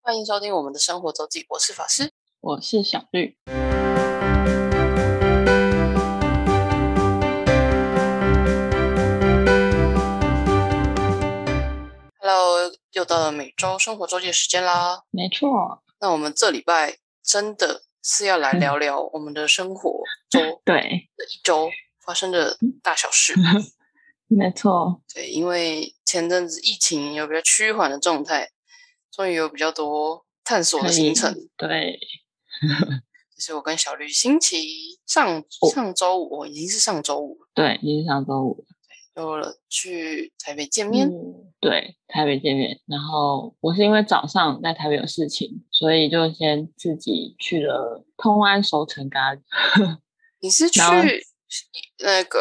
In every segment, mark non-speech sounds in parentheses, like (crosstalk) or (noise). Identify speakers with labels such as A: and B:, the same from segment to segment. A: 欢迎收听我们的生活周记，我是法师。
B: 我是小绿。
A: Hello，又到了每周生活周记的时间啦。
B: 没错，
A: 那我们这礼拜真的是要来聊聊我们的生活周
B: 对，
A: 这一周发生的大小事。
B: 没错，
A: 对，因为前阵子疫情有比较趋缓的状态，终于有比较多探索的
B: 可以
A: 行程。
B: 对，
A: 就是我跟小绿星期上
B: 哦
A: 上周五，哦已经是上周五了，
B: 对，你是上周五，
A: 有了去台北见面。
B: 嗯，对，台北见面。然后我是因为早上在台北有事情，所以就先自己去了通安熟成咖喱。
A: 你是去
B: 然后
A: 那个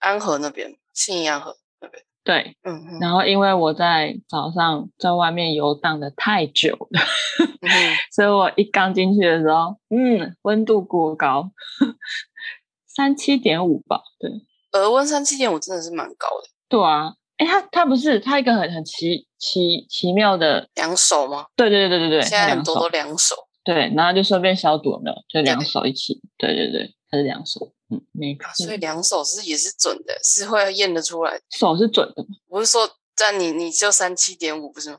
A: 安和那边，信义安和那边。
B: 对，
A: 嗯嗯
B: 然后因为我在早上在外面游荡的太久了， (laughs)
A: 嗯哼，
B: 所以我一刚进去的时候，嗯，温度过高， (laughs) 三七点五吧，对，
A: 呃，温山七点五真的是蛮高的，
B: 对啊，哎，它它不是它一个很很奇奇奇妙的，
A: 两手吗？
B: 对对对对对，
A: 现在
B: 它
A: 很
B: 两
A: 多
B: 手
A: 都两手，
B: 对，然后就顺便消毒有没有？就两
A: 对
B: 手一起，对对对，它是两手，嗯，没错
A: 啊，所以两手是也是准的，是会验得出来的。
B: 手是准的嘛，
A: 不是说但你你就三七点五不
B: (laughs)
A: 是吗？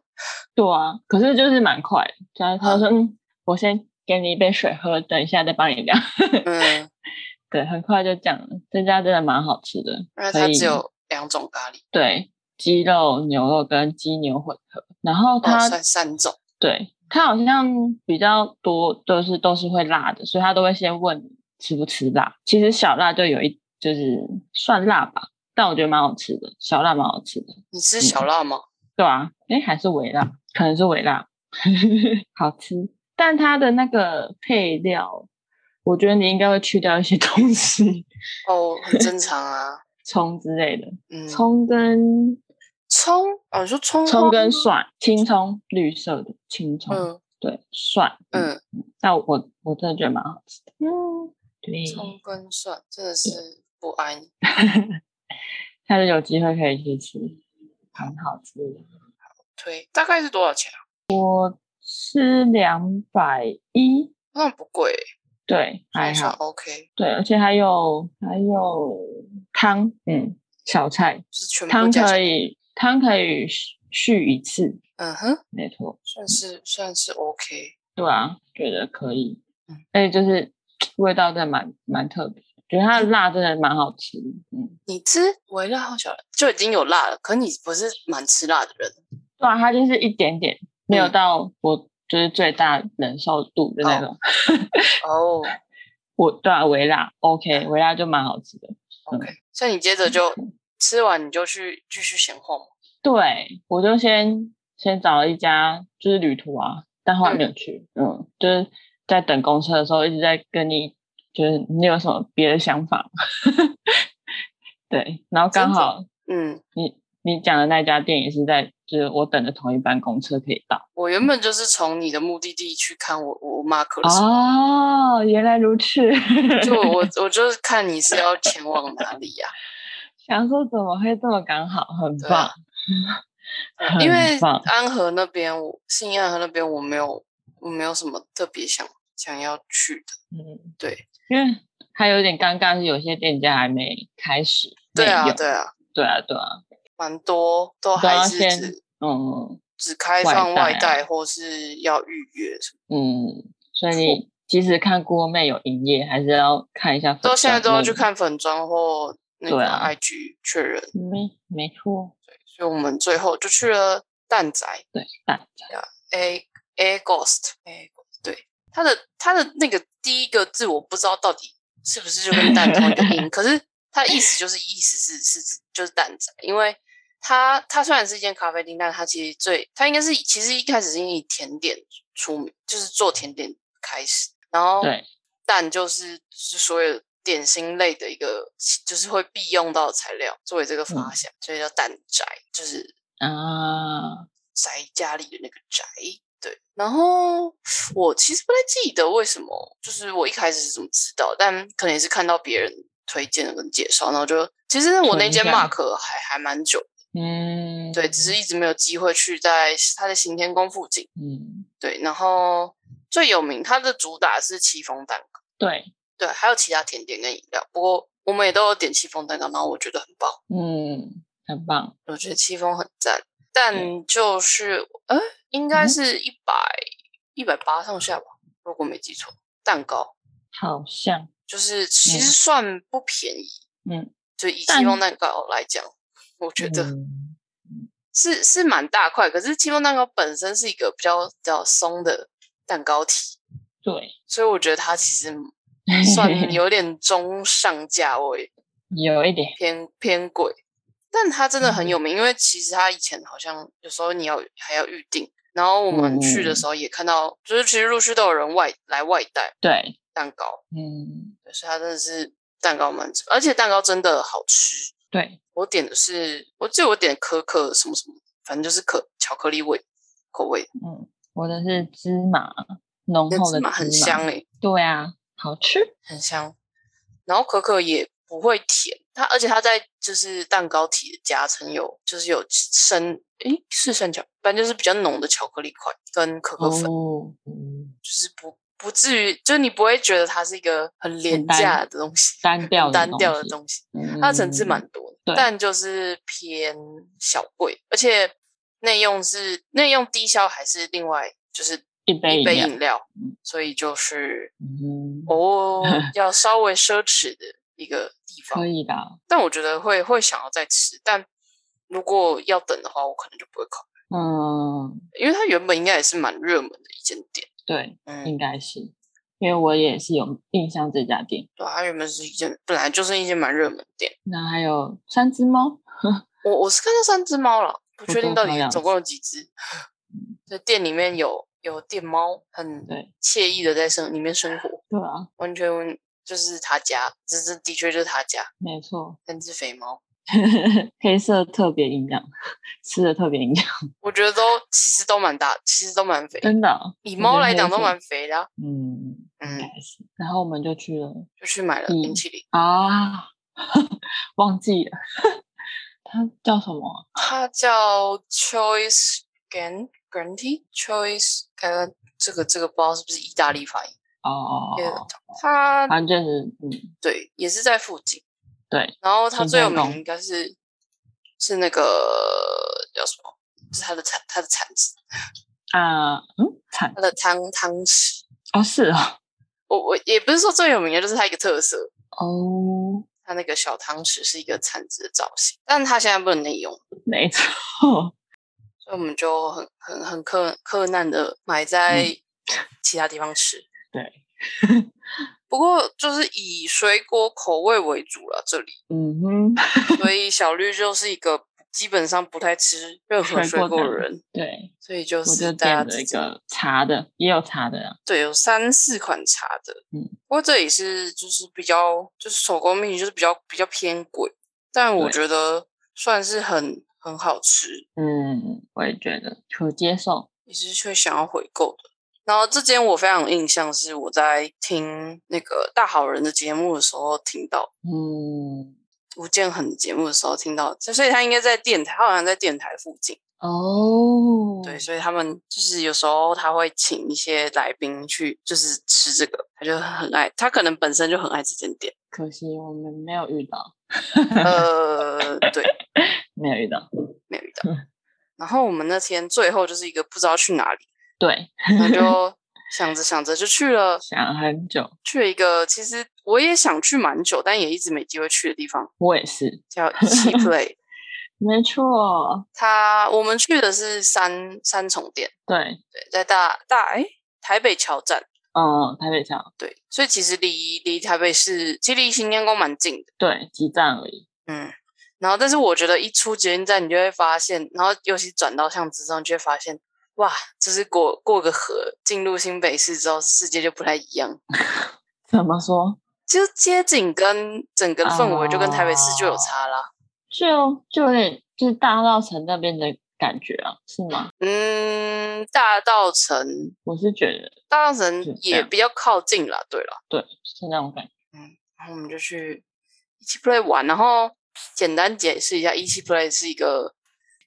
B: 对啊，可是就是蛮快的，然后他
A: 嗯
B: 说嗯，我先给你一杯水喝，等一下再帮你量， (laughs)
A: 嗯，
B: 对，很快就讲了，这家真的蛮好吃的，
A: 因为
B: 可
A: 它
B: 以
A: 只有两种咖喱，
B: 对，鸡肉牛肉跟鸡牛混合，然后它、
A: 哦，算三种。
B: 对，它好像比较多，就是都是会辣的，所以他都会先问你吃不吃辣。其实小辣就有一就是算辣吧，但我觉得蛮好吃的，小辣蛮好吃的，
A: 你吃
B: 嗯
A: 小辣吗？
B: 对啊，诶，还是微辣，可能是微辣， (laughs) 好吃。但它的那个配料，我觉得你应该会去掉一些 (laughs) 东西，
A: 哦，很
B: (laughs)
A: 正常啊。
B: 葱之类的，
A: 嗯，
B: 葱跟
A: 葱哦，你说葱花
B: 葱跟蒜，青葱，绿色的青葱，
A: 嗯
B: 对，蒜，
A: 嗯，
B: 但我我真的觉得蛮好吃的。嗯，对，
A: 葱跟蒜真的是不安逸。
B: 下次有机会可以去吃，很好吃。
A: 推大概是多少钱啊？
B: 吃两百一，
A: 那不贵，欸
B: 对，还
A: 还算
B: 好，
A: OK，
B: 对，而且还有还有汤，嗯，小菜
A: 就是全部
B: 汤
A: 加起
B: 可
A: 来。
B: 以汤可以续续一次，
A: 嗯哼，
B: 没错，
A: 算是算是 OK。
B: 对啊，觉得可以
A: 嗯，
B: 而且就是味道真的蛮蛮特别，觉得它的辣真的蛮好吃的，嗯。
A: 你吃微辣好小辣就已经有辣了，可你不是蛮吃辣的人，
B: 对啊，它就是一点点，没有
A: 嗯
B: 到我就是最大忍受度的那种。
A: 哦、
B: 我对啊，微辣 OK，微辣就蛮好吃的。
A: o
B: 嗯
A: k 所以你接着就吃完，你就去继续闲晃嘛。
B: 对，我就先先找了一家就是旅途啊，但后来没有去。嗯就是在等公车的时候一直在跟你，就是你有什么别的想法吗？ (laughs) 对，然后刚
A: 真的
B: 好
A: 嗯，
B: 你你讲的那家店也是在，就是我等的同一班公车可以到。
A: 我原本就是从你的目的地去看我我妈可的时候，
B: 哦，原来如此。 (laughs)
A: 就我我我就是看你是要前往哪里
B: (laughs)
A: 呀、
B: 想说怎么会这么刚好，很
A: 对
B: 棒
A: 啊，因为
B: 很棒，
A: 安和那边，我信义安和那边我没有我没有什么特别想想要去的，
B: 嗯，
A: 对，
B: 因为还有点尴尬，是有些店家还没开始，
A: 对
B: 没
A: 啊
B: 有
A: 对啊，
B: 对啊，对啊，
A: 蛮多都
B: 都要
A: 还是
B: 先
A: 只
B: 嗯
A: 只开
B: 外
A: 放外
B: 带啊
A: 带或是要预约什么的。
B: 嗯，所以你即使看锅妹有营业，还是要看一下粉
A: 都
B: 砖，
A: 现在都要去
B: 嗯，
A: 看粉妆或那个
B: 对啊
A: IG 确认，
B: 嗯没没错，
A: 所以我们最后就去了蛋仔
B: 对，大
A: A A Ghost A 对它的它的那个第一个字我不知道到底是不是就跟蛋同一个音，可是它的意思就是意思是是是就是蛋仔，因为它它虽然是一间咖啡厅，但它其实最它应该是以其实一开始是以甜点出名，就是做甜点开始，然后
B: 对
A: 蛋就是是所有点心类的一个，就是会必用到的材料作为这个发想，所以叫蛋宅，就是
B: 啊，
A: 宅家里的那个宅。对，然后我其实不太记得为什么，就是我一开始是怎么知道，但可能也是看到别人推荐跟介绍，然后就其实我那间
B: 存一下
A: mark 还还蛮久的，
B: 嗯，
A: 对，只是一直没有机会去在它的行天宫附近。
B: 嗯，
A: 对，然后最有名，它的主打是戚风蛋糕，
B: 对，
A: 对，还有其他甜点跟饮料。不过我们也都有点戚风蛋糕，然后我觉得很棒，
B: 嗯，很棒，
A: 我觉得戚风很赞。但就是，呃，应
B: 嗯
A: 该是一百一百八上下吧，如果没记错。蛋糕
B: 好像
A: 就是其
B: 嗯
A: 实算不便宜，
B: 嗯，
A: 就以戚
B: 但
A: 风蛋糕来讲，我觉得
B: 嗯
A: 是是蛮大块。可是戚风蛋糕本身是一个比较比较松的蛋糕体，
B: 对，
A: 所以我觉得它其
B: (laughs)
A: 实算有点中上价位，
B: 有一点，
A: 偏偏贵。但它真的很有
B: 嗯
A: 名，因为其实它以前好像有时候你要还要预定，然后
B: 嗯
A: 我们去的时候也看到，就是其实陆续都有人外来外带
B: 对，
A: 蛋糕，
B: 嗯，
A: 对所以它真的是蛋糕蛮，而且蛋糕真的好吃。
B: 对，
A: 我点的是，我记得我点可可什么什么，反正就是可巧克力味口味，
B: 嗯，我的是芝麻，浓
A: 那
B: 厚
A: 芝
B: 的
A: 麻很
B: 芝
A: 香诶、欸
B: 对啊，好吃，
A: 很香，然后可可也不会甜，它而且它在就是蛋糕体的夹层有就是有生诶是生巧，反正就是比较浓的巧克力块跟可可粉，
B: 哦，嗯
A: 就是不不至于就是你不会觉得它是一个很廉价的东西，
B: 单调
A: 很单调的
B: 西
A: 东西，
B: 嗯
A: 它的层次蛮多的，
B: 对
A: 但就是偏小贵，而且内用是内用低消还是另外就是
B: 一杯
A: 一杯
B: 饮料
A: 饮料
B: 嗯，
A: 所以就是
B: 嗯，
A: (laughs) 哦，要稍微奢侈的一个地
B: 可
A: 方。
B: 以的，
A: 但我觉得会会想要再吃，但如果要等的话，我可能就不会考
B: 嗯，
A: 虑，因为它原本应该也是蛮热门的一间店。
B: 对，应
A: 嗯，
B: 该是，因为我也是有印象这家店，
A: 对啊，它原本是一间本来就是一间蛮热门的店。
B: 那还有三只猫，
A: 我我是看到三只猫了，不
B: 多
A: 确定
B: 多
A: 到
B: 少
A: 底
B: 两
A: 总
B: 只
A: 共有几只。这店里面有有店猫，很
B: 对，
A: 惬意的在生里面生活，
B: 对啊，
A: 完全就是他家，这这的确就是他家，
B: 没错， (laughs)
A: 三只肥猫。
B: 黑色特别营养， (laughs) 吃的特别营养，
A: 我觉得都其实都蛮大，其实都蛮肥，
B: 真的，
A: 以
B: 我
A: 猫
B: 觉得
A: 来讲
B: 黑
A: 都
B: 色
A: 蛮肥的啊、
B: 嗯，应
A: 嗯，
B: 该是。然后我们就去了
A: 就去买了
B: 嗯
A: 冰淇淋。
B: 啊，忘记了，它叫什么啊？
A: 它叫 Choice Gan Granty Choice，呃，这个这个不知道是不是意大利发音。
B: 哦，
A: 它
B: 反正就是嗯，
A: 对也是在附近，
B: 对，
A: 然后它
B: 行
A: 最有
B: 天
A: 名
B: 宫
A: 应该是是那个叫什么？是它的餐，它的铲子，
B: 啊，嗯，惨
A: 它的汤汤匙。
B: 哦，是哦，
A: 我我也不是说最有名的，就是它一个特色，
B: 哦，
A: 它那个小汤匙是一个铲子的造型，但它现在不能内用，
B: 没错，
A: 所以我们就很很很困困难的买
B: 嗯
A: 在 (laughs) 其他地方吃。
B: 对，
A: 不过就是以水果口味为主了，这里，
B: 嗯哼，
A: 所以小绿就是一个基本上不太吃任何
B: 水
A: 水
B: 果
A: 果
B: 的
A: 的
B: 人
A: 人，
B: 对，
A: 所以就
B: 我就是
A: 大家
B: 点了
A: 自
B: 一
A: 己
B: 个茶的，也有茶的啊，
A: 对有三四款茶的，
B: 嗯，
A: 不过这里是就是比较就是手工蜜，就是比较比较偏贵，但我
B: 对
A: 觉得算是很很好吃，
B: 嗯，我也觉得可接受，
A: 也是会想要回购的。然后这间我非常有印象，是我在听那个大好人的节目的时候听到的
B: 嗯，
A: 吴建衡的节目的时候听到，就所以他应该在电台，他好像在电台附近。
B: 哦，
A: 对，所以他们就是有时候他会请一些来宾去，就是吃这个，他就很爱，他可能本身就很爱这间店。
B: 可惜我们没有遇到，
A: 呃，对，
B: 没有遇到，
A: 没有遇到。然后我们那天最后就是一个不知道去哪里，
B: 对，
A: 那就想着想着就去了，
B: 想很久，
A: 去了一个其实我也想去蛮久，但也一直没机会去的地方，
B: 我也是，
A: 叫一起 play。
B: 没错，
A: 它我们去的是三三重店。
B: 对，
A: 对，在大大哎台北桥站，
B: 嗯，台北桥，
A: 对，所以其实离离台北市，其实离行天宫蛮近的，
B: 对，几站而已，
A: 嗯。然后，但是我觉得一出捷运站，你就会发现，然后尤其转到巷子上，你就会发现，哇，就是过过个河，进入新北市之后，世界就不太一样。
B: 怎么说？
A: 就街景跟整个氛围就跟台北市就有差啦。
B: 就就有点就是大稻城那边的感觉啊，是吗？
A: 嗯，大稻城，
B: 我是觉得
A: 大稻
B: 是
A: 城
B: 这
A: 也
B: 样
A: 比较靠近啦。对了。
B: 对，是那种感觉。
A: 然后我们就去一起 play 玩，然后简单解释一下，一起 play 是一个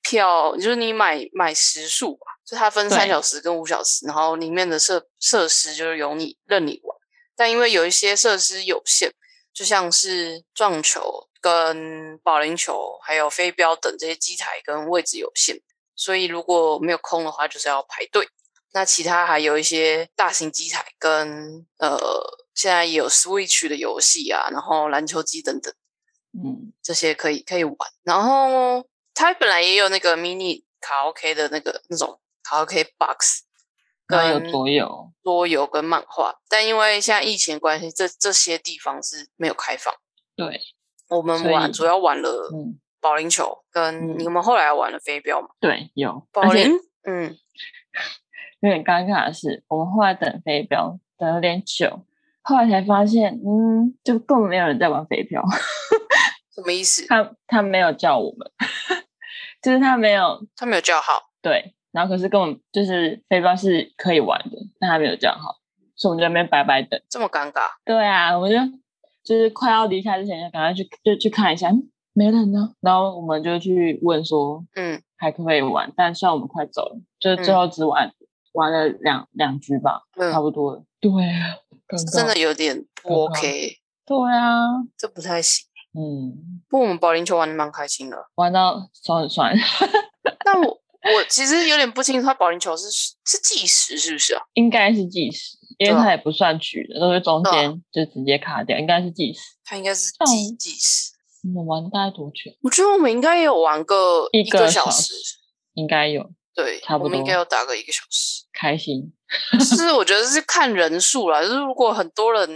A: 票，就是你买买时数吧，就它分
B: 对
A: 三小时跟五小时，然后里面的设设施就是由你任你玩，但因为有一些设施有限，就像是撞球、跟保龄球、还有飞镖等这些机台跟位置有限，所以如果没有空的话，就是要排队。那其他还有一些大型机台跟呃，现在也有 Switch 的游戏啊，然后篮球机等等。
B: 嗯，
A: 这些可以可以玩。然后它本来也有那个 mini 卡拉 OK 的那个那种卡拉 OK box，
B: 然后
A: 跟
B: 有左右，
A: 桌游跟漫画，但因为现在疫情的关系，这这些地方是没有开放。
B: 对，
A: 我们
B: 所以
A: 玩主要玩了
B: 嗯，
A: 保龄球，跟
B: 嗯
A: 你们后来玩了飞镖嘛？
B: 对，有，
A: 保
B: 而且
A: 龄，嗯，
B: 有点尴尬的是，我们后来等飞镖等有点久，后来才发现，嗯，就根本没有人在玩飞镖，
A: 什么意思？
B: 他他没有叫我们， (laughs) 就是他没有
A: 他没有叫好，
B: 对，然后可是根本就是飞镖是可以玩的，但他没有叫好，所以我们在那边白白等。
A: 这么尴尬。
B: 对啊，我就就是快要离开之前，就赶快去就去看一下，嗯没人呢。然后我们就去问说
A: 嗯，
B: 还可不可以玩，但虽然我们快走了，就是最后只玩、玩了两两局吧，
A: 嗯
B: 差不多了。对啊，尴尬
A: 真的有点不
B: 尴尬
A: OK，
B: 对啊，
A: 这不太行。
B: 嗯，
A: 不过我们保龄球玩的蛮开心的，
B: 玩到手很酸，
A: 但我我其实有点不清楚，它保龄球是是计时是不是啊？
B: (laughs) 应该是计时，因为
A: 对啊
B: 它也不算取的，都是中
A: 对啊
B: 间就直接卡掉，应该是计时。
A: 它应该是计
B: 嗯
A: 计时。
B: 我们玩大概多久？
A: 我觉得我们应该也有玩个
B: 一
A: 个
B: 个
A: 小
B: 小
A: 时，
B: 应该有
A: 对，
B: 差不
A: 我们应该
B: 多
A: 有打个一个小时。
B: 开心，
A: 就是我觉得是看人数啦，就是如果很多人，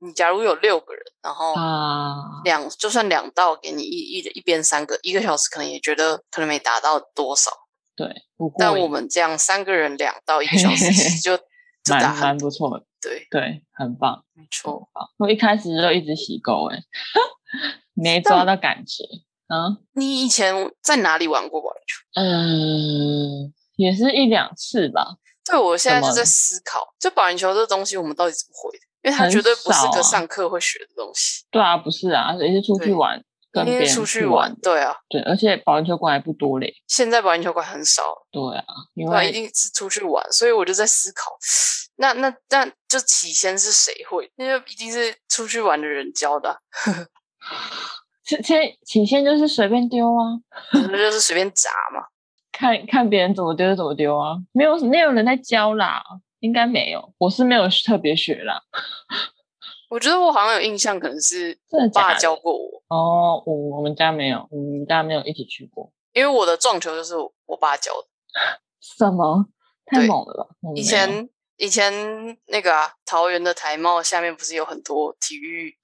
A: 你假如有六个人，然后
B: 啊，
A: 两就算两道给你一一一边三个，一个小时可能也觉得可能没达到多少，
B: 对，不过
A: 但我们这样三个人两到一个小时，其
B: (laughs)
A: 实就就打
B: 蛮
A: 很
B: 蛮不错的，
A: 对，
B: 对，很棒，
A: 没错。
B: 棒。我一开始就一直洗狗、欸， (laughs) 没抓到感觉，啊，
A: 你以前在哪里玩过保龄球？
B: 嗯、呃也是一两次吧，
A: 对，我现在
B: 怎
A: 就
B: 么
A: 在
B: 了
A: 思考，就保龄球这东西，我们到底怎么会的？因为它
B: 很
A: 绝对不是
B: 少
A: 个
B: 啊
A: 上课会学的东西，
B: 对啊，不是啊，也是出去
A: 对
B: 玩，
A: 一
B: 跟别
A: 定
B: 人
A: 是出
B: 去
A: 去玩。对啊，
B: 对，而且保龄球馆还不多嘞，
A: 现在保龄球馆很少，
B: 对啊，因
A: 对啊，一
B: 为
A: 定是出去玩，所以我就在思考，那那那就起先是谁会？因为一定是出去玩的人教的啊、
B: 其现起先就是随便丢啊，
A: 那就是随便砸嘛。
B: 看看别人怎么丢就怎么丢啊，没有没有人在教啦，应该没有，我是没有特别学啦，
A: 我觉得我好像有印象，可能是
B: 真的
A: 我爸
B: 假
A: 教
B: 的？
A: 过我，
B: 哦，我我们家没有，我们家没有一起去过。
A: 因为我的撞球就是我我爸教的。
B: 什么？太
A: 对
B: 猛了吧！我们
A: 以
B: 没有
A: 前以前那个啊，桃园的台贸下面不是有很多体育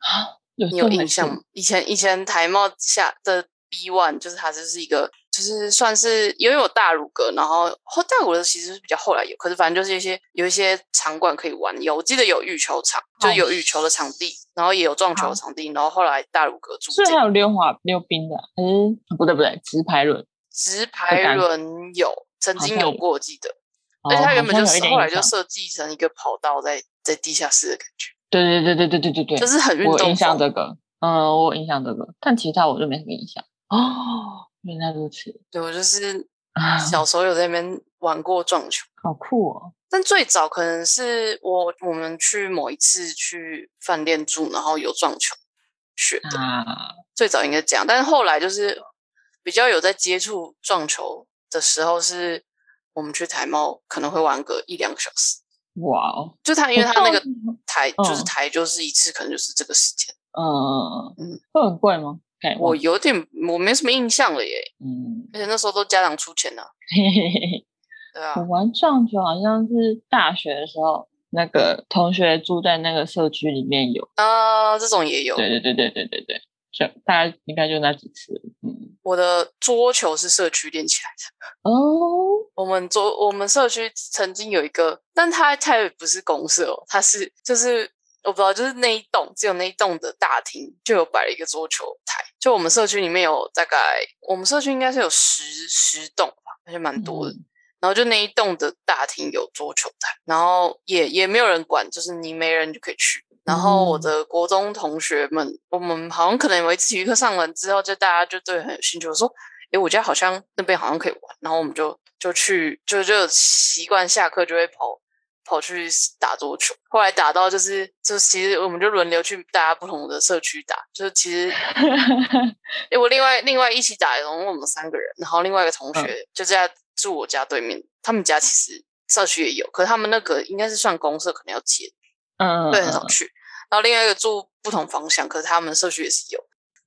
B: 有
A: 你
B: 啊
A: 有
B: 这回
A: 印象
B: 事
A: 吗？以前以前台贸下的 B One 就是它就是一个，就是算是因为有大乳阁，然后后大乳阁其实是比较后来有，可是反正就是一些有一些场馆可以玩，有我记得有羽球场，就是有羽球的场地，然后也有撞球的
B: 哦好
A: 场地，然后后来大乳阁住
B: 是哦
A: 进
B: 还有溜滑溜冰的啊，还是不对不对，直排轮。
A: 直排
B: 感觉
A: 轮有曾
B: 好
A: 经
B: 像
A: 有
B: 有
A: 过，我记得，
B: 哦
A: 而且它原本
B: 好
A: 就
B: 像有
A: 是
B: 一点
A: 后来
B: 印
A: 就
B: 象
A: 设计成一个跑道在在地下室的感觉，
B: 对对对对对对对
A: 就
B: 对，
A: 是很运
B: 我有
A: 动
B: 印象
A: 风。
B: 这个，嗯，我有印象这个，但其他我就没什么印象。哦，原来如此
A: 对我就是
B: 啊，
A: 小时候有在那边玩过撞球。
B: 好酷哦！
A: 但最早可能是我我们去某一次去饭店住，然后有撞球学的，
B: 啊，
A: 最早应该这样。但是后来就是比较有在接触撞球的时候，是我们去台猫可能会玩个一两个小时，
B: 哇哦，
A: 就他因为他那个
B: 我撞
A: 台就是
B: 嗯
A: 台就是一次可能就是这个时间，
B: 嗯，
A: 嗯
B: 会很贵吗？可以
A: 我
B: 忘
A: 有点我没什么印象了耶，
B: 嗯， (laughs)
A: 而且那时候都家长出钱呢、
B: 嘿嘿嘿嘿。
A: 对啊
B: 我，玩撞球好像是大学的时候，那个同学住在那个社区里面有。
A: 啊、这种也有。
B: 对对对对对对对，就大概应该就那几次。嗯，
A: 我的桌球是社区练起来的。
B: 哦，
A: 我们昨我们社区曾经有一个，但它它也不是公社、哦，它是就是我不知道，就是那一栋只有那一栋的大厅就有摆了一个桌球台。就我们社区里面有大概，我们社区应该是有十十栋吧，而且蛮多的。
B: 嗯 (laughs)
A: 然后就那一栋的大厅有桌球台，然后也也没有人管，就是你没人就可以去。然后我
B: 嗯
A: 的国中同学们，我们好像可能有一次体育课上完之后，就大家就对很有兴趣，我说：“诶，我家好像那边好像可以玩，然后我们就就去就就习惯下课就会跑跑去打桌球，后来打到就是就其实我们就轮流去大家不同的社区打，就是其实诶，我另外另外一起打，总共我们三个人，然后另外一个同
B: 嗯
A: 学就在住我家对面，他们家其实社区也有，可是他们那个应该是算公社，可能要借，
B: 嗯，
A: 对，很少去。然后另外一个住不同方向，可是他们社区也是有，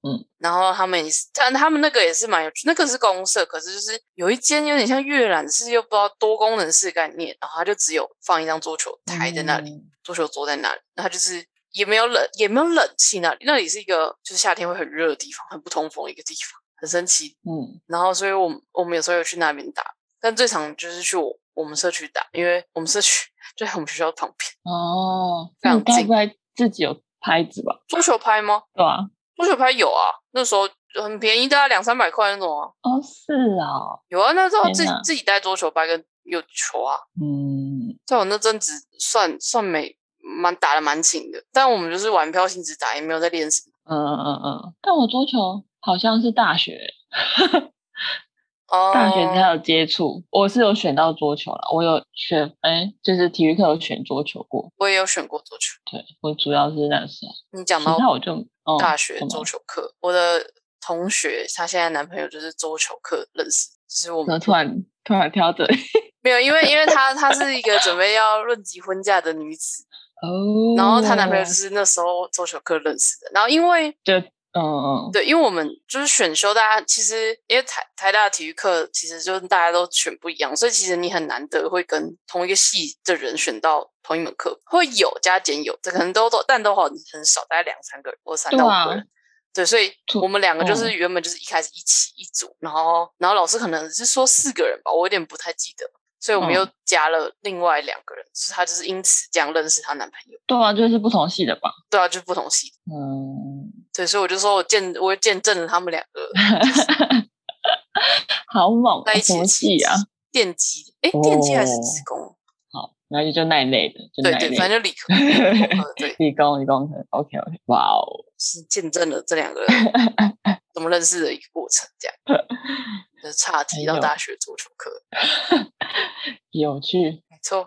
B: 嗯，
A: 然后他们也是，但他们那个也是蛮有趣，那个是公社，可是就是有一间有点像阅览室，又不知道多功能室概念，然后它就只有放一张桌球台在那里，
B: 里，
A: 桌球桌在那里，然后就是也没有冷，也没有冷气那里，那里是一个就是夏天会很热的地方，很不通风的一个地方，很神奇。
B: 嗯
A: 然后所以我们我们有时候有去那边打，但最常就是去我我们社区打，因为我们社区就在我们学校旁边。
B: 哦，
A: 非常
B: 那你该
A: 近
B: 不会自己有拍子吧？
A: 桌球拍吗？
B: 对啊，
A: 桌球拍有啊，那时候很便宜，大概两三百块那种啊。
B: 哦是哦，
A: 有啊，那时候自
B: 天哪
A: 自己带桌球拍跟有球啊，
B: 嗯
A: 在我那阵子算算没蛮打的蛮勤的，但我们就是玩票性质打，也没有在练什么。
B: 嗯嗯嗯，但我桌球好像是大学
A: 哦、
B: 大学才有接触，我是有选到桌球了，我有选，哎，就是体育课有选桌球过，
A: 我也有选过桌球。
B: 对我主要是那时候，
A: 你讲
B: 其
A: 到
B: 他我就哦
A: 大学
B: 怎么
A: 桌球课，我的同学她现在男朋友就是桌球课认识，就是我
B: 怎么
A: 们
B: 突然突然挑这里？
A: 没有，因为因为她她是一个准备要论及婚嫁的女
B: (laughs)
A: 子，
B: 哦，
A: 然后她男朋友就是那时候桌球课认识的，然后因为
B: 就嗯嗯
A: 对，因为我们就是选修，大家其实因为台台大体育课，其实就是大家都选不一样，所以其实你很难得会跟同一个系的人选到同一门课，会有加减有，这可能都都但都好很少，大概两三个人或三
B: 对
A: 到
B: 啊
A: 五个人。对，所以
B: 就
A: 我们两个就是
B: 嗯
A: 原本就是一开始一起一组，然后然后老师可能是说四个人吧，我有点不太记得，所以我们
B: 嗯
A: 又加了另外两个人，是她就是因此这样认识她男朋友，
B: 对啊，就是不同系的吧，
A: 对啊，就是不同系，
B: 嗯，
A: 对，所以我就说我见我见证了他们两个 (laughs)
B: 好猛、
A: 在
B: 啊，
A: 一
B: 什
A: 起
B: 么
A: 的
B: 系啊？？
A: 电机，哎，电机还是
B: 哦欸
A: 职工？
B: 好，那就就那一类的，就
A: 对
B: 那一
A: 对，
B: 类
A: 反
B: 的。
A: 正就理科理
B: (laughs)
A: 工科，对，
B: 理工理工科，OK OK，哇哦，
A: 是见证了这
B: (laughs)
A: 两个怎么认识的一个过程，这样。就差题到
B: 哎呦
A: 大学足球课，
B: 有趣。
A: 没错。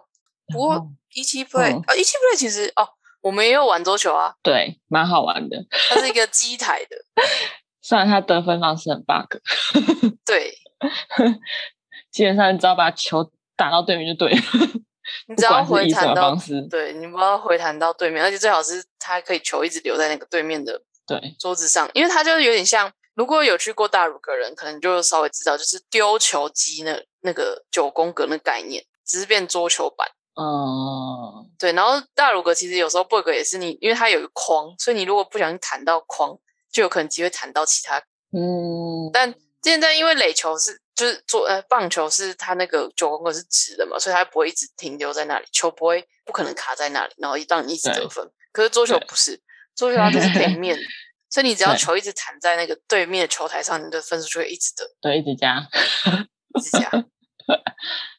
A: 不
B: 然
A: 过
B: 后
A: 一期 play
B: 嗯
A: 啊，一期 play 其实哦，我们也有玩桌球啊，
B: 对，蛮好玩的。
A: 它是一个机台的，
B: 虽然他得分方式很 bug，
A: 对
B: 基本上你只要把球打到对面就对了，
A: 你
B: (laughs) 不
A: 只要
B: 管是
A: 回
B: 以什
A: 弹
B: 么
A: 到
B: 方，式。
A: 对你不要回弹到对面，而且最好是它可以球一直留在那个对面的
B: 对，
A: 桌子上，因为它就是有点像，如果有去过大鲁阁人，可能就稍微知道，就是丢球机那那个九宫格那概念，只是变桌球版。
B: 嗯，
A: 对，然后大鲁阁其实有时候 bug 也是你，因为它有一个框，所以你如果不小心弹到框，就有可能机会弹到其他。
B: 嗯，
A: 但现在因为垒球是就是做呃棒球是它那个九宫格是直的嘛，所以它不会一直停留在那里，球不会不可能卡在那里，然后让你一直
B: 对
A: 得分。可是桌球
B: 对
A: 不是，桌球它就是平面的，所以你只要
B: 对
A: 球一直弹在那个对面的球台上，你的分数就会一直得
B: 对，一直加，
A: 一直加。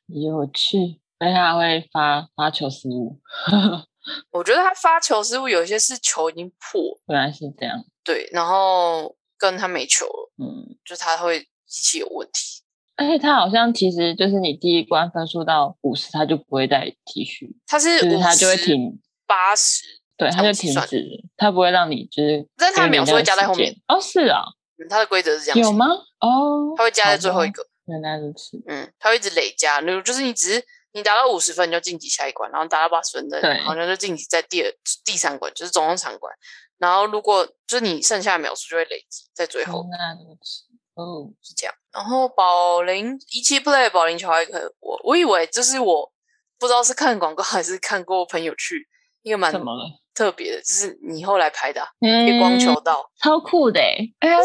B: 有趣。而且他会发发球失误，
A: (laughs)
B: (laughs)
A: 我觉得他发球失误有一些是球已经破，
B: 原来是这样。
A: 对，然后跟他没球了，
B: 嗯，
A: 就他会机器有问题。
B: 而且他好像其实就是你第一关分数到五十，他就不会再继续，
A: 他是
B: 就是
A: 五
B: 他就会
A: 十
B: 停，
A: 八十，
B: 对，他
A: 长
B: 就
A: 期
B: 停
A: 算
B: 止了，他不会让你就是。
A: 但是他秒数会加在后面。
B: 哦，是啊，
A: 嗯他的规则是这样，
B: 有？吗？哦，
A: 他会加在最后一
B: 好吧。
A: 个。
B: 原来如此，
A: 嗯，它会一直累加，那就是你只是你达到五十分你就晋级下一关，然后达到八十分的
B: 对
A: 好像就晋级在第二第三关，就是总共三关。然后如果就是你剩下的秒数就会累积在最后
B: 原来如此。哦，
A: 是这样。然后保龄一期 play 保龄球还可以，我我以为就是我不知道是看广告还是看过朋友去一个蛮
B: 怎么嗯了？
A: 特别的，就是你后来拍的啊夜
B: 夜
A: 光球道，
B: 超酷的哎！哎，它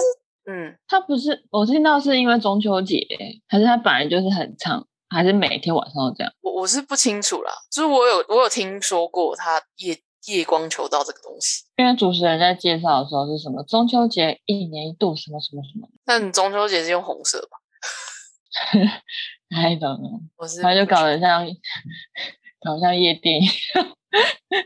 A: 嗯，
B: 它不是我听到是因为中秋节欸，还是它本来就是很长，还是每天晚上都这样？
A: 我我是不清楚啦，就是我有我有听说过它夜夜光球道这个东西。
B: 因为主持人在介绍的时候是什么中秋节一年一度什么什么什么，
A: 但你中秋节是用红色吧？
B: (laughs) I don't know，
A: 我是
B: 反正就
A: 不确
B: 搞得像搞得像夜店一样。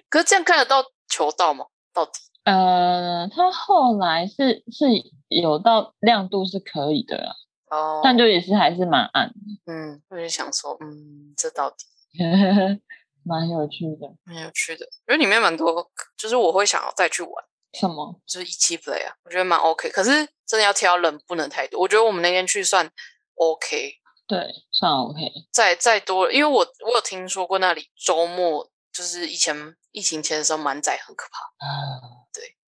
A: 可是这样看得到球道吗？到底
B: 呃，它后来是是有到亮度是可以的啦，
A: 哦，
B: 但就也是还是蛮暗
A: 嗯，我就想说，嗯，这到底
B: 的， (laughs) 蛮有趣的。
A: 蛮有趣的，因为里面蛮多，就是我会想要再去玩。
B: 什么？
A: 就是一起 play 啊，我觉得蛮 OK。可是真的要挑人不能太多，我觉得我们那天去算 OK，
B: 对，算 OK。
A: 再再多，因为我我有听说过那里周末就是以前疫情前的时候满载很可怕，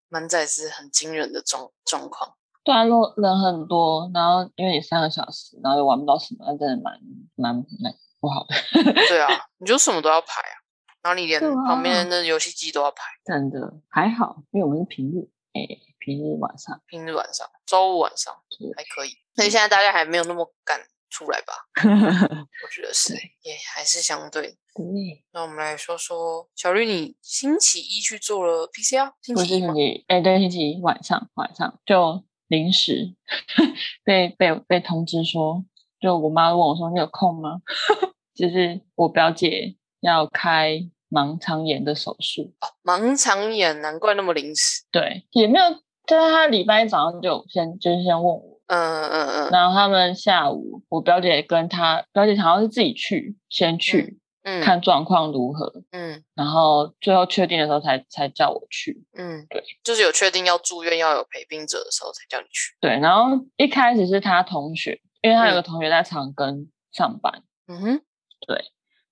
A: 满载是很惊人的状状况。
B: 对啊，如果人很多，然后因为你三个小时，然后又玩不到什么，那真的蛮蛮蛮不好的。 (laughs)
A: 对啊，你就什么都要排啊，然后你连
B: 对啊
A: 旁边的游戏机都要排。
B: 真的还好，因为我们是平日，哎、平日晚上。 (laughs)
A: 平日晚上、周五晚上
B: 是
A: 还可以，所以现在大家还嗯没有那么敢出来吧？我觉得是，也还是相对
B: 对，
A: 那我们来说说，小绿，你星期一去做了 PCR，星
B: 不是
A: 期一
B: 星
A: 吗？
B: 期一，哎、对，星期一晚上晚上就临时 (laughs) 被被被通知说，就我妈问我说你有空吗？ (laughs) 就是我表姐要开盲肠炎的手术，
A: 哦，盲肠炎，难怪那么临时。
B: 对，也没有，就是她礼拜一早上就先就是先问我，
A: 嗯嗯嗯
B: 然后他们下午，我表姐跟她表姐好像是自己去，先去、
A: 嗯，
B: 看状况如何，
A: 嗯
B: 然后最后确定的时候才才叫我去。
A: 嗯，
B: 对，
A: 就是有确定要住院要有陪病者的时候才叫你去。
B: 对，然后一开始是她同学，因为她有
A: 嗯
B: 个同学在长庚上班，
A: 嗯哼，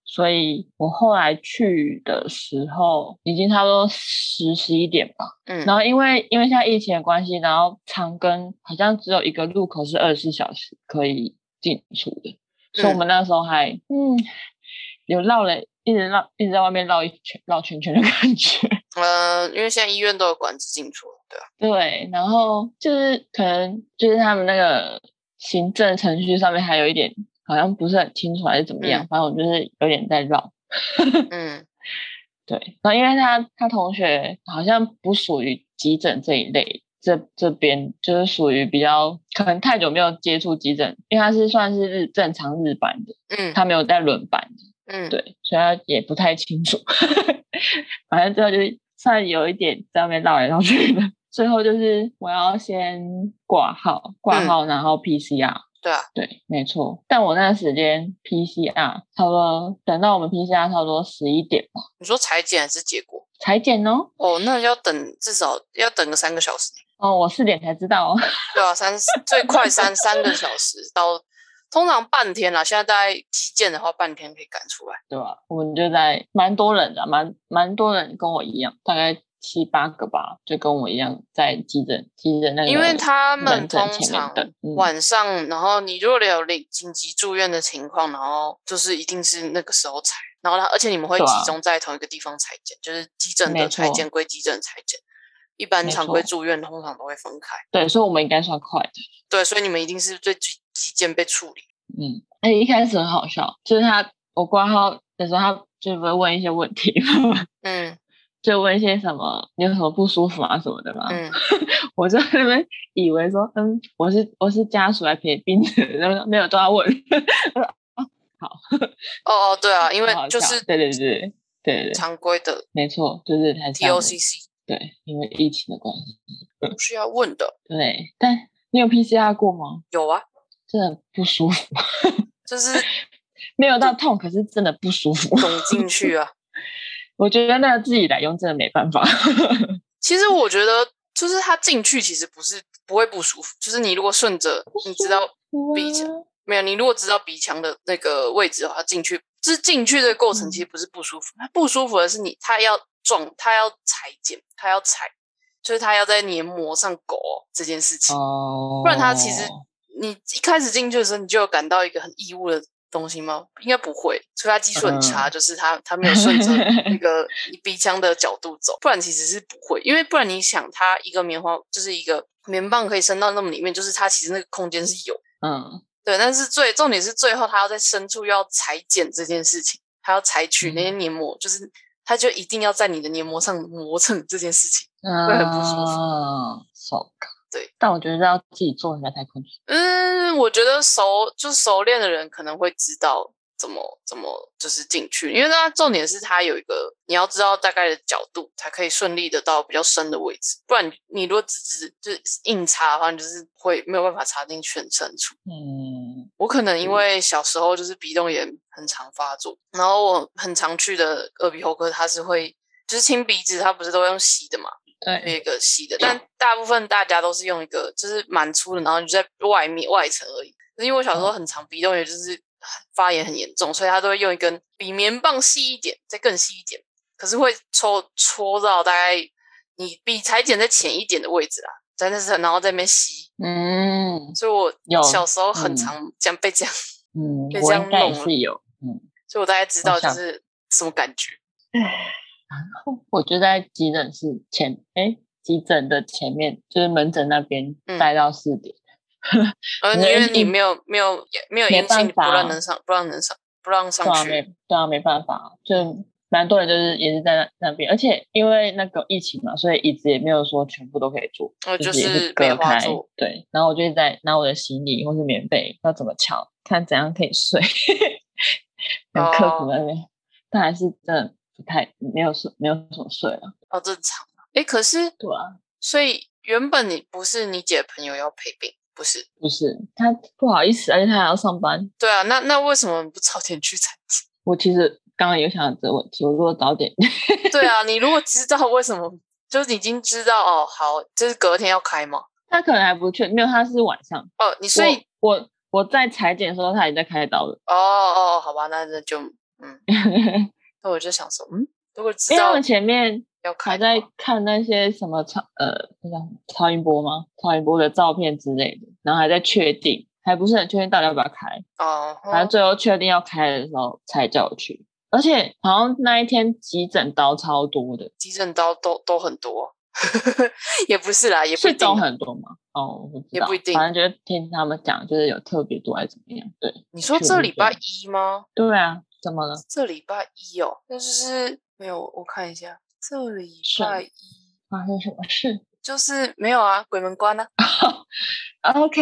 B: 所以我后来去的时候已经差不多十十一点吧。
A: 嗯，
B: 然后因为因为现在疫情的关系，然后长庚好像只有一个路口是二十四小时可以进出的，所以我们那时候还嗯有绕了，一直绕一直在外面绕一圈绕圈圈的感觉。
A: 呃，因为现在医院都有管制进出，对啊，
B: 对，然后就是可能就是他们那个行政程序上面还有一点好像不是很清楚还是怎么样，
A: 嗯
B: 反正我就是有点在绕。
A: 嗯
B: 对，然后因为他他同学好像不属于急诊这一类，这这边就是属于比较可能太久没有接触急诊，因为他是算是日正常日班的，
A: 嗯
B: 他没有在轮班的，
A: 嗯，，
B: 对，所以他也不太清楚。 (laughs) 反正最后就是算有一点在外面绕来绕去的，最后就是我要先挂号，挂
A: 嗯
B: 号然后 PCR，
A: 对啊，
B: 对，没错。但我那个时间 PCR 差不多等到我们 PCR 差不多十一点吧，
A: 你说裁剪还是结果？
B: 裁剪哦。
A: 哦，那要等至少要等个三个小时，
B: 哦，我四点才知道哦。 (laughs)
A: (laughs) 对啊，三最快三三个小时到，通常半天啦。现在大概急件的话，半天可以赶出来。
B: 对吧、我们就在蛮多人的，蛮蛮多人跟我一样，大概七八个吧，就跟我一样在急诊急诊那个
A: 因为他
B: 门
A: 们
B: 诊
A: 通
B: 前面
A: 常
B: 等。嗯
A: 晚上，然后你如果有领紧急住院的情况，然后就是一定是那个时候采，然后他而且你们会
B: 对
A: 集
B: 啊
A: 中在同一个地方裁剪，就是急诊
B: 没
A: 的裁
B: 错
A: 剪归急诊裁剪，一般
B: 没
A: 常规
B: 错
A: 住院通常都会分开。
B: 对，所以我们应该算快的。
A: 对，所以你们一定是最急急件被处理。
B: 嗯，而且一开始很好笑，就是他我挂号的时候，他就不会问一些问题 (laughs) 嘛，
A: 嗯
B: 就问一些什么你有什么不舒服啊什么的嘛。
A: 嗯，
B: 我就在那边以为说，嗯，我是我是家属来陪病的， (laughs) 然后没有都要问。
A: 哦哦，对
B: (laughs)
A: 啊，因为
B: 很好
A: 就
B: 笑
A: 是
B: 对对对对对对，
A: 常规的
B: 没错，就是还是这样的
A: TOCC
B: 对，因为疫情的关系。
A: 不是要问的，
B: 对，但你有 PCR 过吗？
A: 有啊。
B: 真的不舒服， (laughs)
A: 就是
B: 没有到痛，可是真的不舒服。 (laughs)
A: 涌进去啊。 (laughs)
B: 我觉得那个自己来用真的没办法。
A: 其实我觉得，就是它进去其实不是不会不舒服，就是你如果顺着，你知道鼻腔没有？你如果知道鼻腔的那个位置的话，进去就是进去的过程
B: 嗯
A: 其实不是不舒服，它不舒服的是你它要撞，它要裁剪，它要裁，就是它要在黏膜上勾这件事情。
B: 哦，
A: 不然它其实你一开始进去的时候，你就有感到一个很异物的东西吗？应该不会，除非它技术很差，就是它它没有顺着那个你鼻腔的角度走，不然其实是不会，因为不然你想，它一个棉花就是一个棉棒可以伸到那么里面，就是它其实那个空间是有
B: 嗯，
A: 对，但是最重点是最后它要在深处要裁剪这件事情，它要采取那些黏膜，就是它就一定要在你的黏膜上磨蹭这件事情。
B: 会
A: 很不舒服
B: 服。手感
A: 对，
B: 啊但我觉得要自己做应该太困难。
A: 嗯，我觉得熟就熟练的人可能会知道怎么怎么就是进去，因为它重点是它有一个你要知道大概的角度，才可以顺利的到比较深的位置，不然你你如果只是就是硬插的话，你就是会没有办法插进全身处。
B: 嗯，
A: 我可能因为小时候就是鼻窦炎很常发作，然后我很常去的耳鼻喉科，它是会就是清鼻子，它不是都会用吸的嘛，有
B: 对，
A: 一个吸的，但大部分大家都是用一个就是蛮粗的，然后你就在外面外层而已。可是因为我小时候很常鼻窦炎，就是发炎很严重，所以他都会用一根比棉棒细一点，再更细一点，可是会抽戳到大概你比裁剪再浅一点的位置啦，在那是然后在那边吸，
B: 嗯
A: 所以我
B: 有
A: 小时候很
B: 嗯
A: 常这样被这样。
B: 嗯，
A: 被这
B: 我
A: 样
B: 应该也
A: 弄了
B: 是有，嗯，
A: 所以我大概知道就
B: 我想
A: 是什么感觉。
B: 我就在急诊室前，哎，急诊的前面就是门诊那边
A: 嗯
B: 待到四点，
A: 呃，因
B: 可能
A: 为你
B: 是
A: 没有没有没有
B: 没
A: 阴性，
B: 办
A: 你不
B: 法
A: 让能上，不让能上，不让上
B: 对啊，没
A: 去。
B: 对啊，没办法，就蛮多人就是也是在那那边，而且因为那个疫情嘛，所以椅子也没有说全部都可以坐，
A: 我就是
B: 也
A: 是
B: 是
A: 梅
B: 隔
A: 花
B: 开
A: 座，，
B: 对。然后我就一直在拿我的行李或是棉被，要怎么敲，看怎样可以睡，很刻苦
A: 哦
B: 在那边，但还是真的不太没有睡，没有什么睡了，
A: 哦，正常。哎，可是
B: 对啊。
A: 所以原本你不是你姐的朋友要陪病，不是？
B: 不是他不好意思，而且他还要上班。
A: 对啊，那那为什么不早点去
B: (laughs)
A: 产检？
B: 我其实刚刚有想到这个问题，我如果早点， (laughs)
A: 对啊，你如果知道为什么，就是已经知道哦，好，就是隔天要开吗？
B: 他可能还不确，没有，他是晚上。
A: 哦，你所以
B: 我我我在裁剪的时候，他已经在开刀了。 (laughs)
A: 哦哦，好吧，那那就嗯，
B: 因
A: 那我就想说，嗯，如果知
B: 为他
A: 道
B: 们前面
A: 要开
B: 还
A: 的话，
B: 在看那些什么超呃，那叫什么超音波吗？超音波的照片之类的，然后还在确定，还不是很确定到底要不要开，
A: 哦，
B: 反正最后确定要开的时候才叫我去。而且好像那一天急诊刀超多的，
A: 急诊刀都都很多， (laughs) 也不是啦，也不一
B: 是
A: 定
B: 懂
A: 啦。
B: 很多吗？哦，我不知
A: 也
B: 道
A: 不一定
B: 反正就是听他们讲，就是有特别多还是怎么样？对
A: 你说
B: 确
A: 这
B: 实
A: 礼
B: 这样
A: 拜一吗？
B: 对啊，怎么了？
A: 这礼拜一哦，那就是没有，我看一下，这礼
B: 是
A: 拜一
B: 发生什么事
A: 就是没有啊，鬼门关啊。
B: ？OK，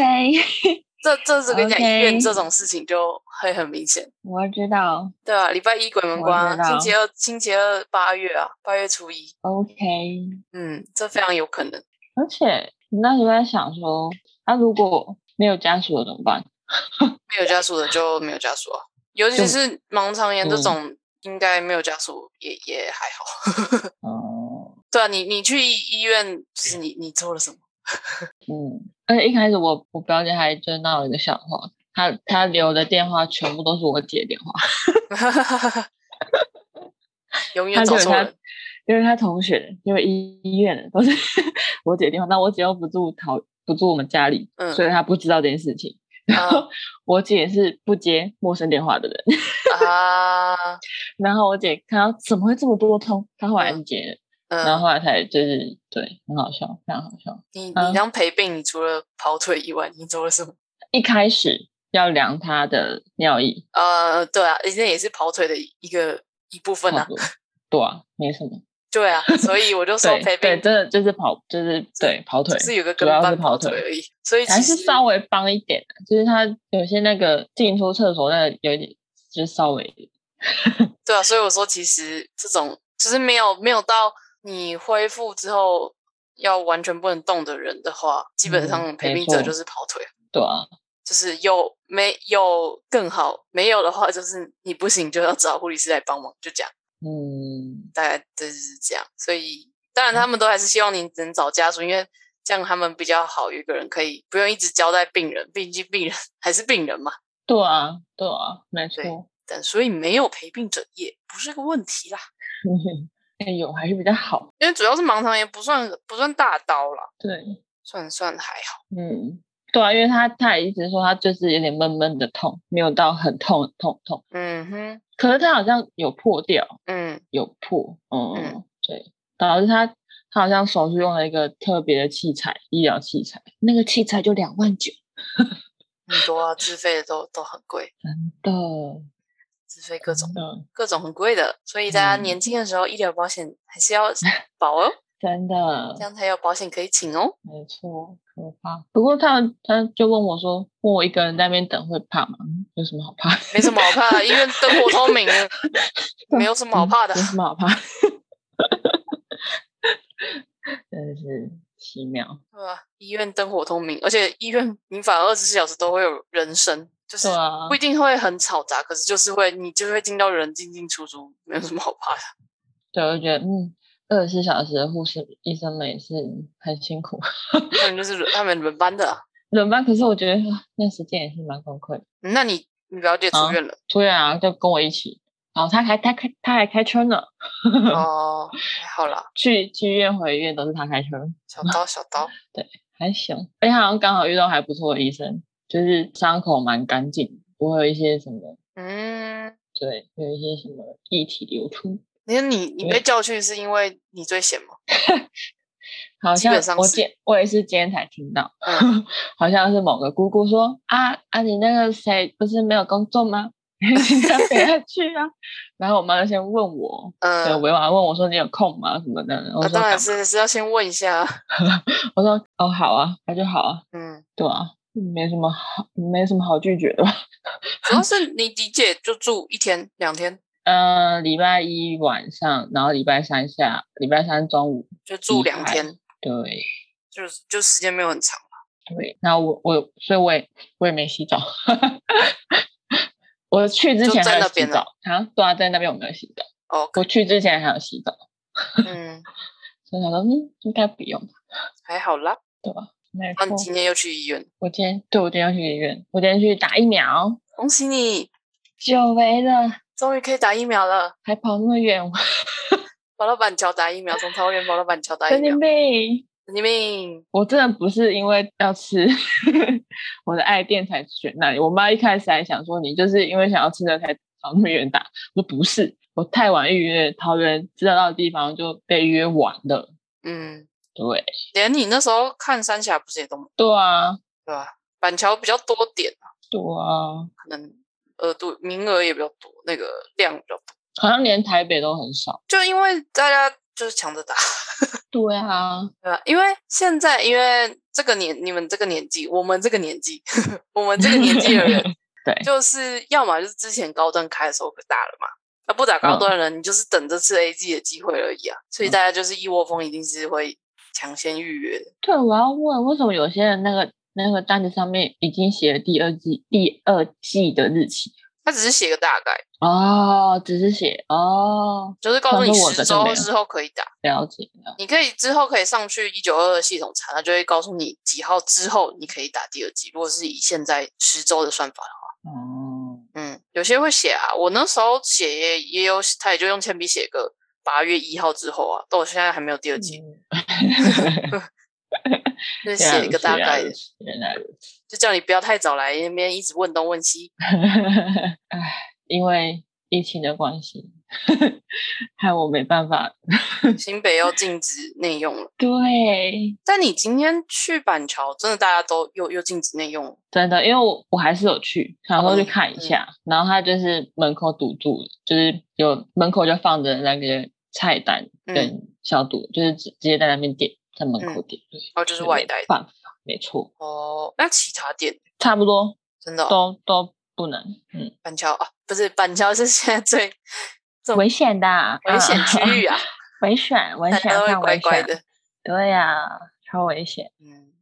A: 这这是跟你讲
B: OK
A: 医院这种事情就会很明显，
B: (laughs) 我知道。
A: 对啊，礼拜一鬼门
B: 我
A: 关啊、
B: 知道
A: 星期二星期二八月啊，八月初一，
B: OK，
A: 嗯，这非常有可能。
B: 而且你那时候在想说，他、如果没有家属了怎么办？
A: 没有家属的就没有家属啊，尤其
B: 就是
A: 盲肠炎这
B: 嗯
A: 种，应该没有家属也也还好。
B: 哦，
A: 对啊，你你去医医院，就是你你做了什么？ (laughs)
B: 嗯，而且一开始我我表姐还就闹了一个笑话，她她留的电话全部都是我姐的电话，
A: 永远
B: 她
A: 找
B: 留
A: 错
B: 她
A: 人。
B: 因为她同学因为医医院的都是 (laughs) 我姐的电话，那我姐又不住桃不住我们家里，
A: 嗯
B: 所以她不知道这件事情。然后我姐也是不接陌生电话的人， (laughs)
A: 啊，
B: 然后我姐看到怎么会这么多通，她后来
A: 嗯
B: 是接了， (laughs) 然
A: 嗯，
B: 后后来才就是对，很好笑，非常好笑。
A: 你你
B: 嗯
A: 当陪病，你除了跑腿以外，你做了什么？
B: 一开始要量他的尿液，
A: 呃，对啊，那也是跑腿的一个一部分
B: 差
A: 啊
B: 不。多，对啊，没什么。
A: 对啊，所以我就说
B: 对
A: 陪
B: 对，
A: 病
B: 真的就是跑，就是对跑腿
A: 只，是有个
B: 主
A: 跟
B: 要是
A: 班
B: 跑
A: 腿
B: 腿
A: 而已，所以
B: 还
A: 其
B: 是
A: 实
B: 稍微帮一点的，就是他有些那个进出厕所那个有一点，就是稍微
A: 对啊，所以我说其实这种就是没有没有到你恢复之后要完全不能动的人的话，基本
B: 嗯
A: 上陪
B: 没
A: 病者
B: 错
A: 就是跑腿。
B: 对啊，
A: 就是有没有更好，没有的话就是你不行就要找护理师来帮忙，就这样，
B: 嗯，
A: 大概就是这样。所以当然他们都还是希望你能找家属，因为这样他们比较好，有一个人可以不用一直交代病人，毕竟病人 (laughs) 还是病人嘛。
B: 对啊，对啊，没
A: 对
B: 错， (laughs)
A: 但所以没有陪病者也不是个问题啦，
B: 哎有还是比较好，
A: 因为主要是盲肠炎不算不算大刀啦，
B: 对，
A: 算算还好。
B: 嗯。对啊，因为他他也一直说他就是有点闷闷的痛，没有到很痛很痛很痛，
A: 嗯哼，
B: 可是他好像有破掉，
A: 嗯
B: 有破，嗯，
A: 嗯
B: 对，导致他他好像手术用了一个特别的器材，医疗器材，那个器材就两万九
A: 很多啊，自费的都都很贵，
B: 的，
A: 自费各种。
B: 嗯，
A: 各种很贵的，所以大家
B: 嗯
A: 年轻的时候医疗保
B: (laughs)
A: 险还是要保哦，
B: 真的
A: 这，样才有保险可以请哦。
B: 没错，可我怕。不过他他就问我说，问我一个人在那边等会怕吗？嗯有什么好怕？
A: 没什么好怕的，因为灯
B: (laughs)
A: 火通明了，没有什么好怕的
B: 嗯有。什么好怕？ (laughs) 真的是奇妙。
A: 对啊，医院灯火通明，而且医院民法二十四小时都会有人声，就是
B: 对啊
A: 不，一定会很嘈杂，可是就是会你就会听到人进进出出，没有什么好怕的。
B: 对，我就觉得嗯，二十四小时的护士医生们也是很辛苦，
A: 他们就是轮他们轮班的啊、
B: 轮班。可是我觉得啊那时间也是蛮崩溃的。
A: 嗯那你你表姐出
B: 啊 (laughs)
A: 院了
B: 对啊，就跟我一起。然后他还他开他还开车呢，
A: 哦，还好啦，
B: 去去医院回医院都是他开车，
A: 小刀小刀，
B: 还行。而且好像刚好遇到还不错的医生，就是伤口蛮干净，不会有一些什么
A: 嗯，
B: 对，有一些什么液体流出。
A: 你说你你
B: 因
A: 被
B: 为
A: 叫去是因为你最闲吗？
B: 好
A: 基
B: 像
A: 本上
B: 我
A: 是
B: 今我也是今天才听到，
A: 嗯
B: (laughs) 好像是某个姑姑说啊啊，你那个谁不是没有工作吗？ (laughs) 请他陪他去啊。 (laughs) 然后我妈就先问我，对，
A: 嗯，
B: 委婉地问我说你有空吗什么的。我
A: 啊，
B: 说、
A: 当然是是要先问一下啊，
B: 我说哦好啊，那就好啊， (laughs)
A: 嗯，
B: 对啊，没什么好没什么好拒绝的吧。 (laughs)
A: 主要是你你姐就住一天两天，
B: 呃，礼拜一晚上，然后礼拜三下，礼拜三中午，
A: 就住
B: 厉
A: 两
B: 害
A: 天，
B: 对
A: 就是就时间没有很长。
B: 对。然后我我所以我也我也没洗澡， (laughs) 我去之
A: 就
B: 前
A: 在
B: 还有
A: 那
B: 洗
A: 边了
B: 澡啊，对啊，在那边我没有洗澡， (laughs)
A: 哦，
B: 我去之前还有洗澡，
A: 嗯，
B: 所以想说嗯应该不用吧，
A: 还好啦。
B: 对吧？没
A: 那你
B: 错，
A: 今天又去医院，
B: 我今天对我今天要去医院，我今天去打疫苗，
A: 恭喜你，
B: 久违了，
A: 终于可以打疫苗了。
B: 还跑那么远，我
A: 宝老板桥打疫苗，从桃园宝老板桥打疫
B: 神
A: 苗
B: 经，病。
A: 神经病。
B: 我真的不是因为要吃 (laughs) 我的爱店才选那里。我妈一开始还想说你就是因为想要吃的才跑那么远打，我说不是，我太晚预约桃园知道到的地方就被约完了。
A: 嗯，
B: 对
A: 连你那时候看三峡不是也都
B: 对啊，
A: 对吧？板桥比较多点，
B: 对啊，
A: 可能额度名额也比较多，那个量比较多，
B: 好像连台北都很少。
A: 就因为大家就是抢着打，
B: 对啊，
A: 对吧？因为现在因为这个年，你们这个年纪，我们这个年纪， (laughs) 我们这个年纪的人，
B: (laughs) 对
A: 就是要么就是之前高端开的时候可打了嘛，那不打高
B: 嗯
A: 端的人，你就是等这次 A G 的机会而已啊。所以大家就是一窝蜂，一定是会抢先预约的。
B: 对，我要问为什么有些人那个那个单子上面已经写了第二季第二季的日期
A: 他只是写个大概，
B: 哦，只是写哦，
A: 就是告诉你
B: 反正我
A: 十
B: 的就没
A: 周
B: 有
A: 之后可以打，
B: 了解了
A: 你可以之后可以上去一九二二系统查，他就会告诉你几号之后你可以打第二剂。如果是以现在十周的算法的
B: 哦。
A: 话，嗯，有些会写啊，我那时候写也也有，他也就用铅笔写个八月一号之后啊，但我现在还没有第二剂， (laughs)
B: 嗯 (laughs)
A: 就是写一个大概的。
B: 原来如此，
A: 就叫你不要太早来那边一直问东问西。
B: (laughs) 原来如此。 (laughs) 唉，因为疫情的关系， (laughs) 害我没办法。
A: 新北又禁止内用了，
B: 对，
A: 但你今天去板桥，真的大家都又又禁止内用了。
B: 真的，因为我我还是有去，想说去
A: 嗯
B: 看一
A: 嗯
B: 下。然后他就是门口堵住，就是有门口就放着那个菜单
A: 嗯，
B: 跟消毒，就是直直接在那边点，在门口点。对，
A: 然后就是
B: 就
A: 外
B: 没
A: 带的
B: 办法，没错，
A: 哦。那其他店
B: 差不多
A: 真的哦、
B: 都都不能，嗯，
A: 板桥啊，不是板桥是现在最这种
B: 危险的啊，
A: 危险
B: (laughs)
A: 区域啊，
B: 危险，危
A: 大
B: 险，
A: 家都会
B: 很
A: 乖
B: 危
A: 乖
B: 险。
A: 的。
B: 对呀、超危险。
A: 嗯，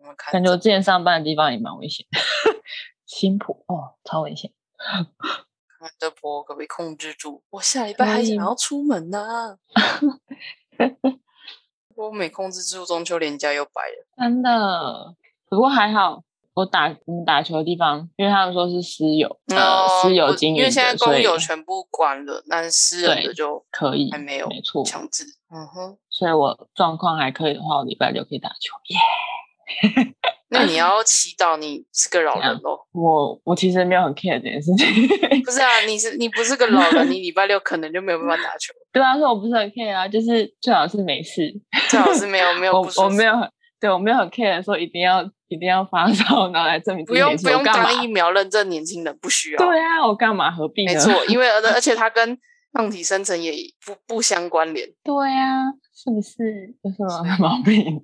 A: 我们看
B: 感觉我之前上班的地方也蛮危险，新浦哦，超危险。
A: 看这波可不可以控制住？我下礼拜
B: 可
A: 还
B: 以
A: 想要出门呢、
B: (laughs)
A: 我没控制住，中秋连假又白了。
B: 真的。不过还好，我打我们打球的地方，因为他们说是私有，呃，
A: 哦
B: 私有
A: 不
B: 经营
A: 因
B: 的，
A: 为现在公有
B: 所以
A: 全部关了，但私人的
B: 对
A: 就
B: 可以，
A: 还没有
B: 没错。
A: 强制。嗯哼，
B: 所以我状况还可以的话，我礼拜六可以打球。耶、
A: 那你
B: (laughs)
A: 要祈祷你是个老人哦。
B: 我我其实没有很 care 这件事情， (laughs)
A: 不是啊，你是你不是个老人，你礼拜六可能就没有办法打球，
B: 对啊，所以我不是很 care 啊，就是最好是没事。
A: 最好是没有没有
B: 我
A: 不舒服
B: 我没有很对我没有很 care 说一定要一定要发烧， (laughs) 然后来证明自
A: 不
B: 己
A: 用
B: 没事
A: 不用
B: 我干嘛
A: 当疫苗认证年轻人，不需要。
B: 对啊，我干嘛何必呢？
A: 没错，因为而而且它跟抗体生成也不不相关联。
B: (laughs) 对啊，是不是有什么毛病？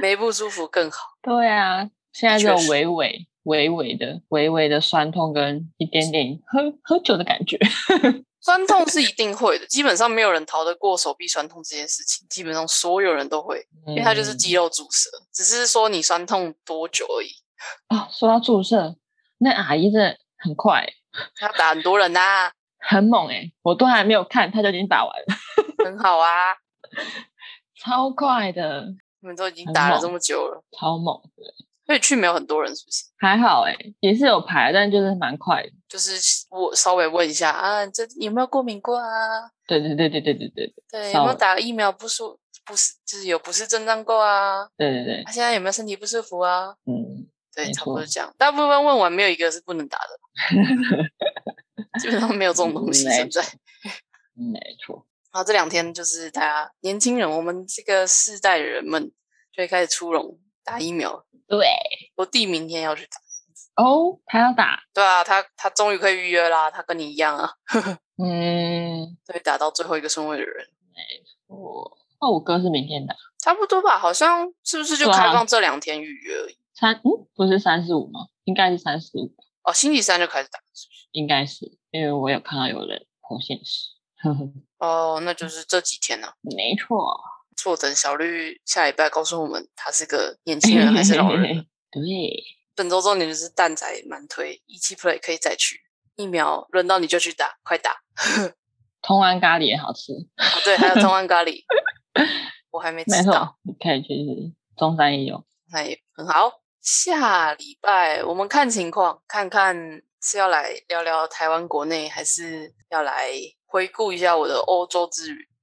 A: 没不舒服更好。
B: 对啊，现在只有
A: 确实
B: 微微微微的微微的酸痛跟一点点喝喝酒的感觉。
A: 酸痛是一定会的，基本上没有人逃得过手臂酸痛这件事情，基本上所有人都会，因为它
B: 嗯
A: 就是肌肉阻塞，只是说你酸痛多久而已。
B: 嗯哦，说到注射，那阿姨真的很快欸、
A: 他打很多人呐、
B: 很猛哎、我都还没有看，他就已经打完了， (laughs)
A: 很好啊，
B: 超快的，
A: 你们都已经
B: 很
A: 打了
B: 猛
A: 这么久了，
B: 超猛的，
A: 所以去没有很多人，是不是？
B: 还好哎、也是有排，但就是蛮快的。
A: 就是我稍微问一下啊，这有没有过敏过啊？
B: 对对对对对对对
A: 对，
B: 稍
A: 有没有
B: 微
A: 打疫苗不舒不是就是有不适症状过啊？
B: 对对对，
A: 他、现在有没有身体不舒服啊？
B: 嗯，
A: 对，
B: 没
A: 差不多
B: 错
A: 是这样。大部分问完没有一个是不能打的，基本上没有这种东西
B: 嗯没
A: 存在。
B: 没错，
A: 然后这两天就是大家年轻人，我们这个世代的人们就会开始出笼打疫苗了。
B: 对
A: 我弟明天要去打，
B: 哦，还要打，
A: 对啊，他他终于可以预约啦，他跟你一样啊，
B: 嗯，
A: 对，打到最后一个顺位的人，
B: 我那我哥是明天打
A: 差不多吧，好像是不是就
B: 对啊
A: 开放这两天预约而已？
B: 三，嗯，不是三十五吗？应该是三十五，
A: 哦，星期三就开始打，
B: 应该是，因为我有看到有人破现
A: (laughs)
B: 实，呵呵，
A: 哦，那就是这几天呢、啊。
B: 没错，
A: 坐等小绿下礼拜告诉我们他是个年轻人 (laughs) 还是老人。
B: (laughs) 对，
A: 本周重点就是蛋仔满推，一期 play 可以再去疫苗，轮到你就去打，快打！
B: 通安咖喱也好吃，
A: 哦，对，还有通安咖喱，我还没
B: 没
A: 吃到，
B: 错，你可以去吃，中山也有，
A: 那也很好。下礼拜我们看情况，看看是要来聊聊台湾国内，还是要来回顾一下我的欧洲之旅。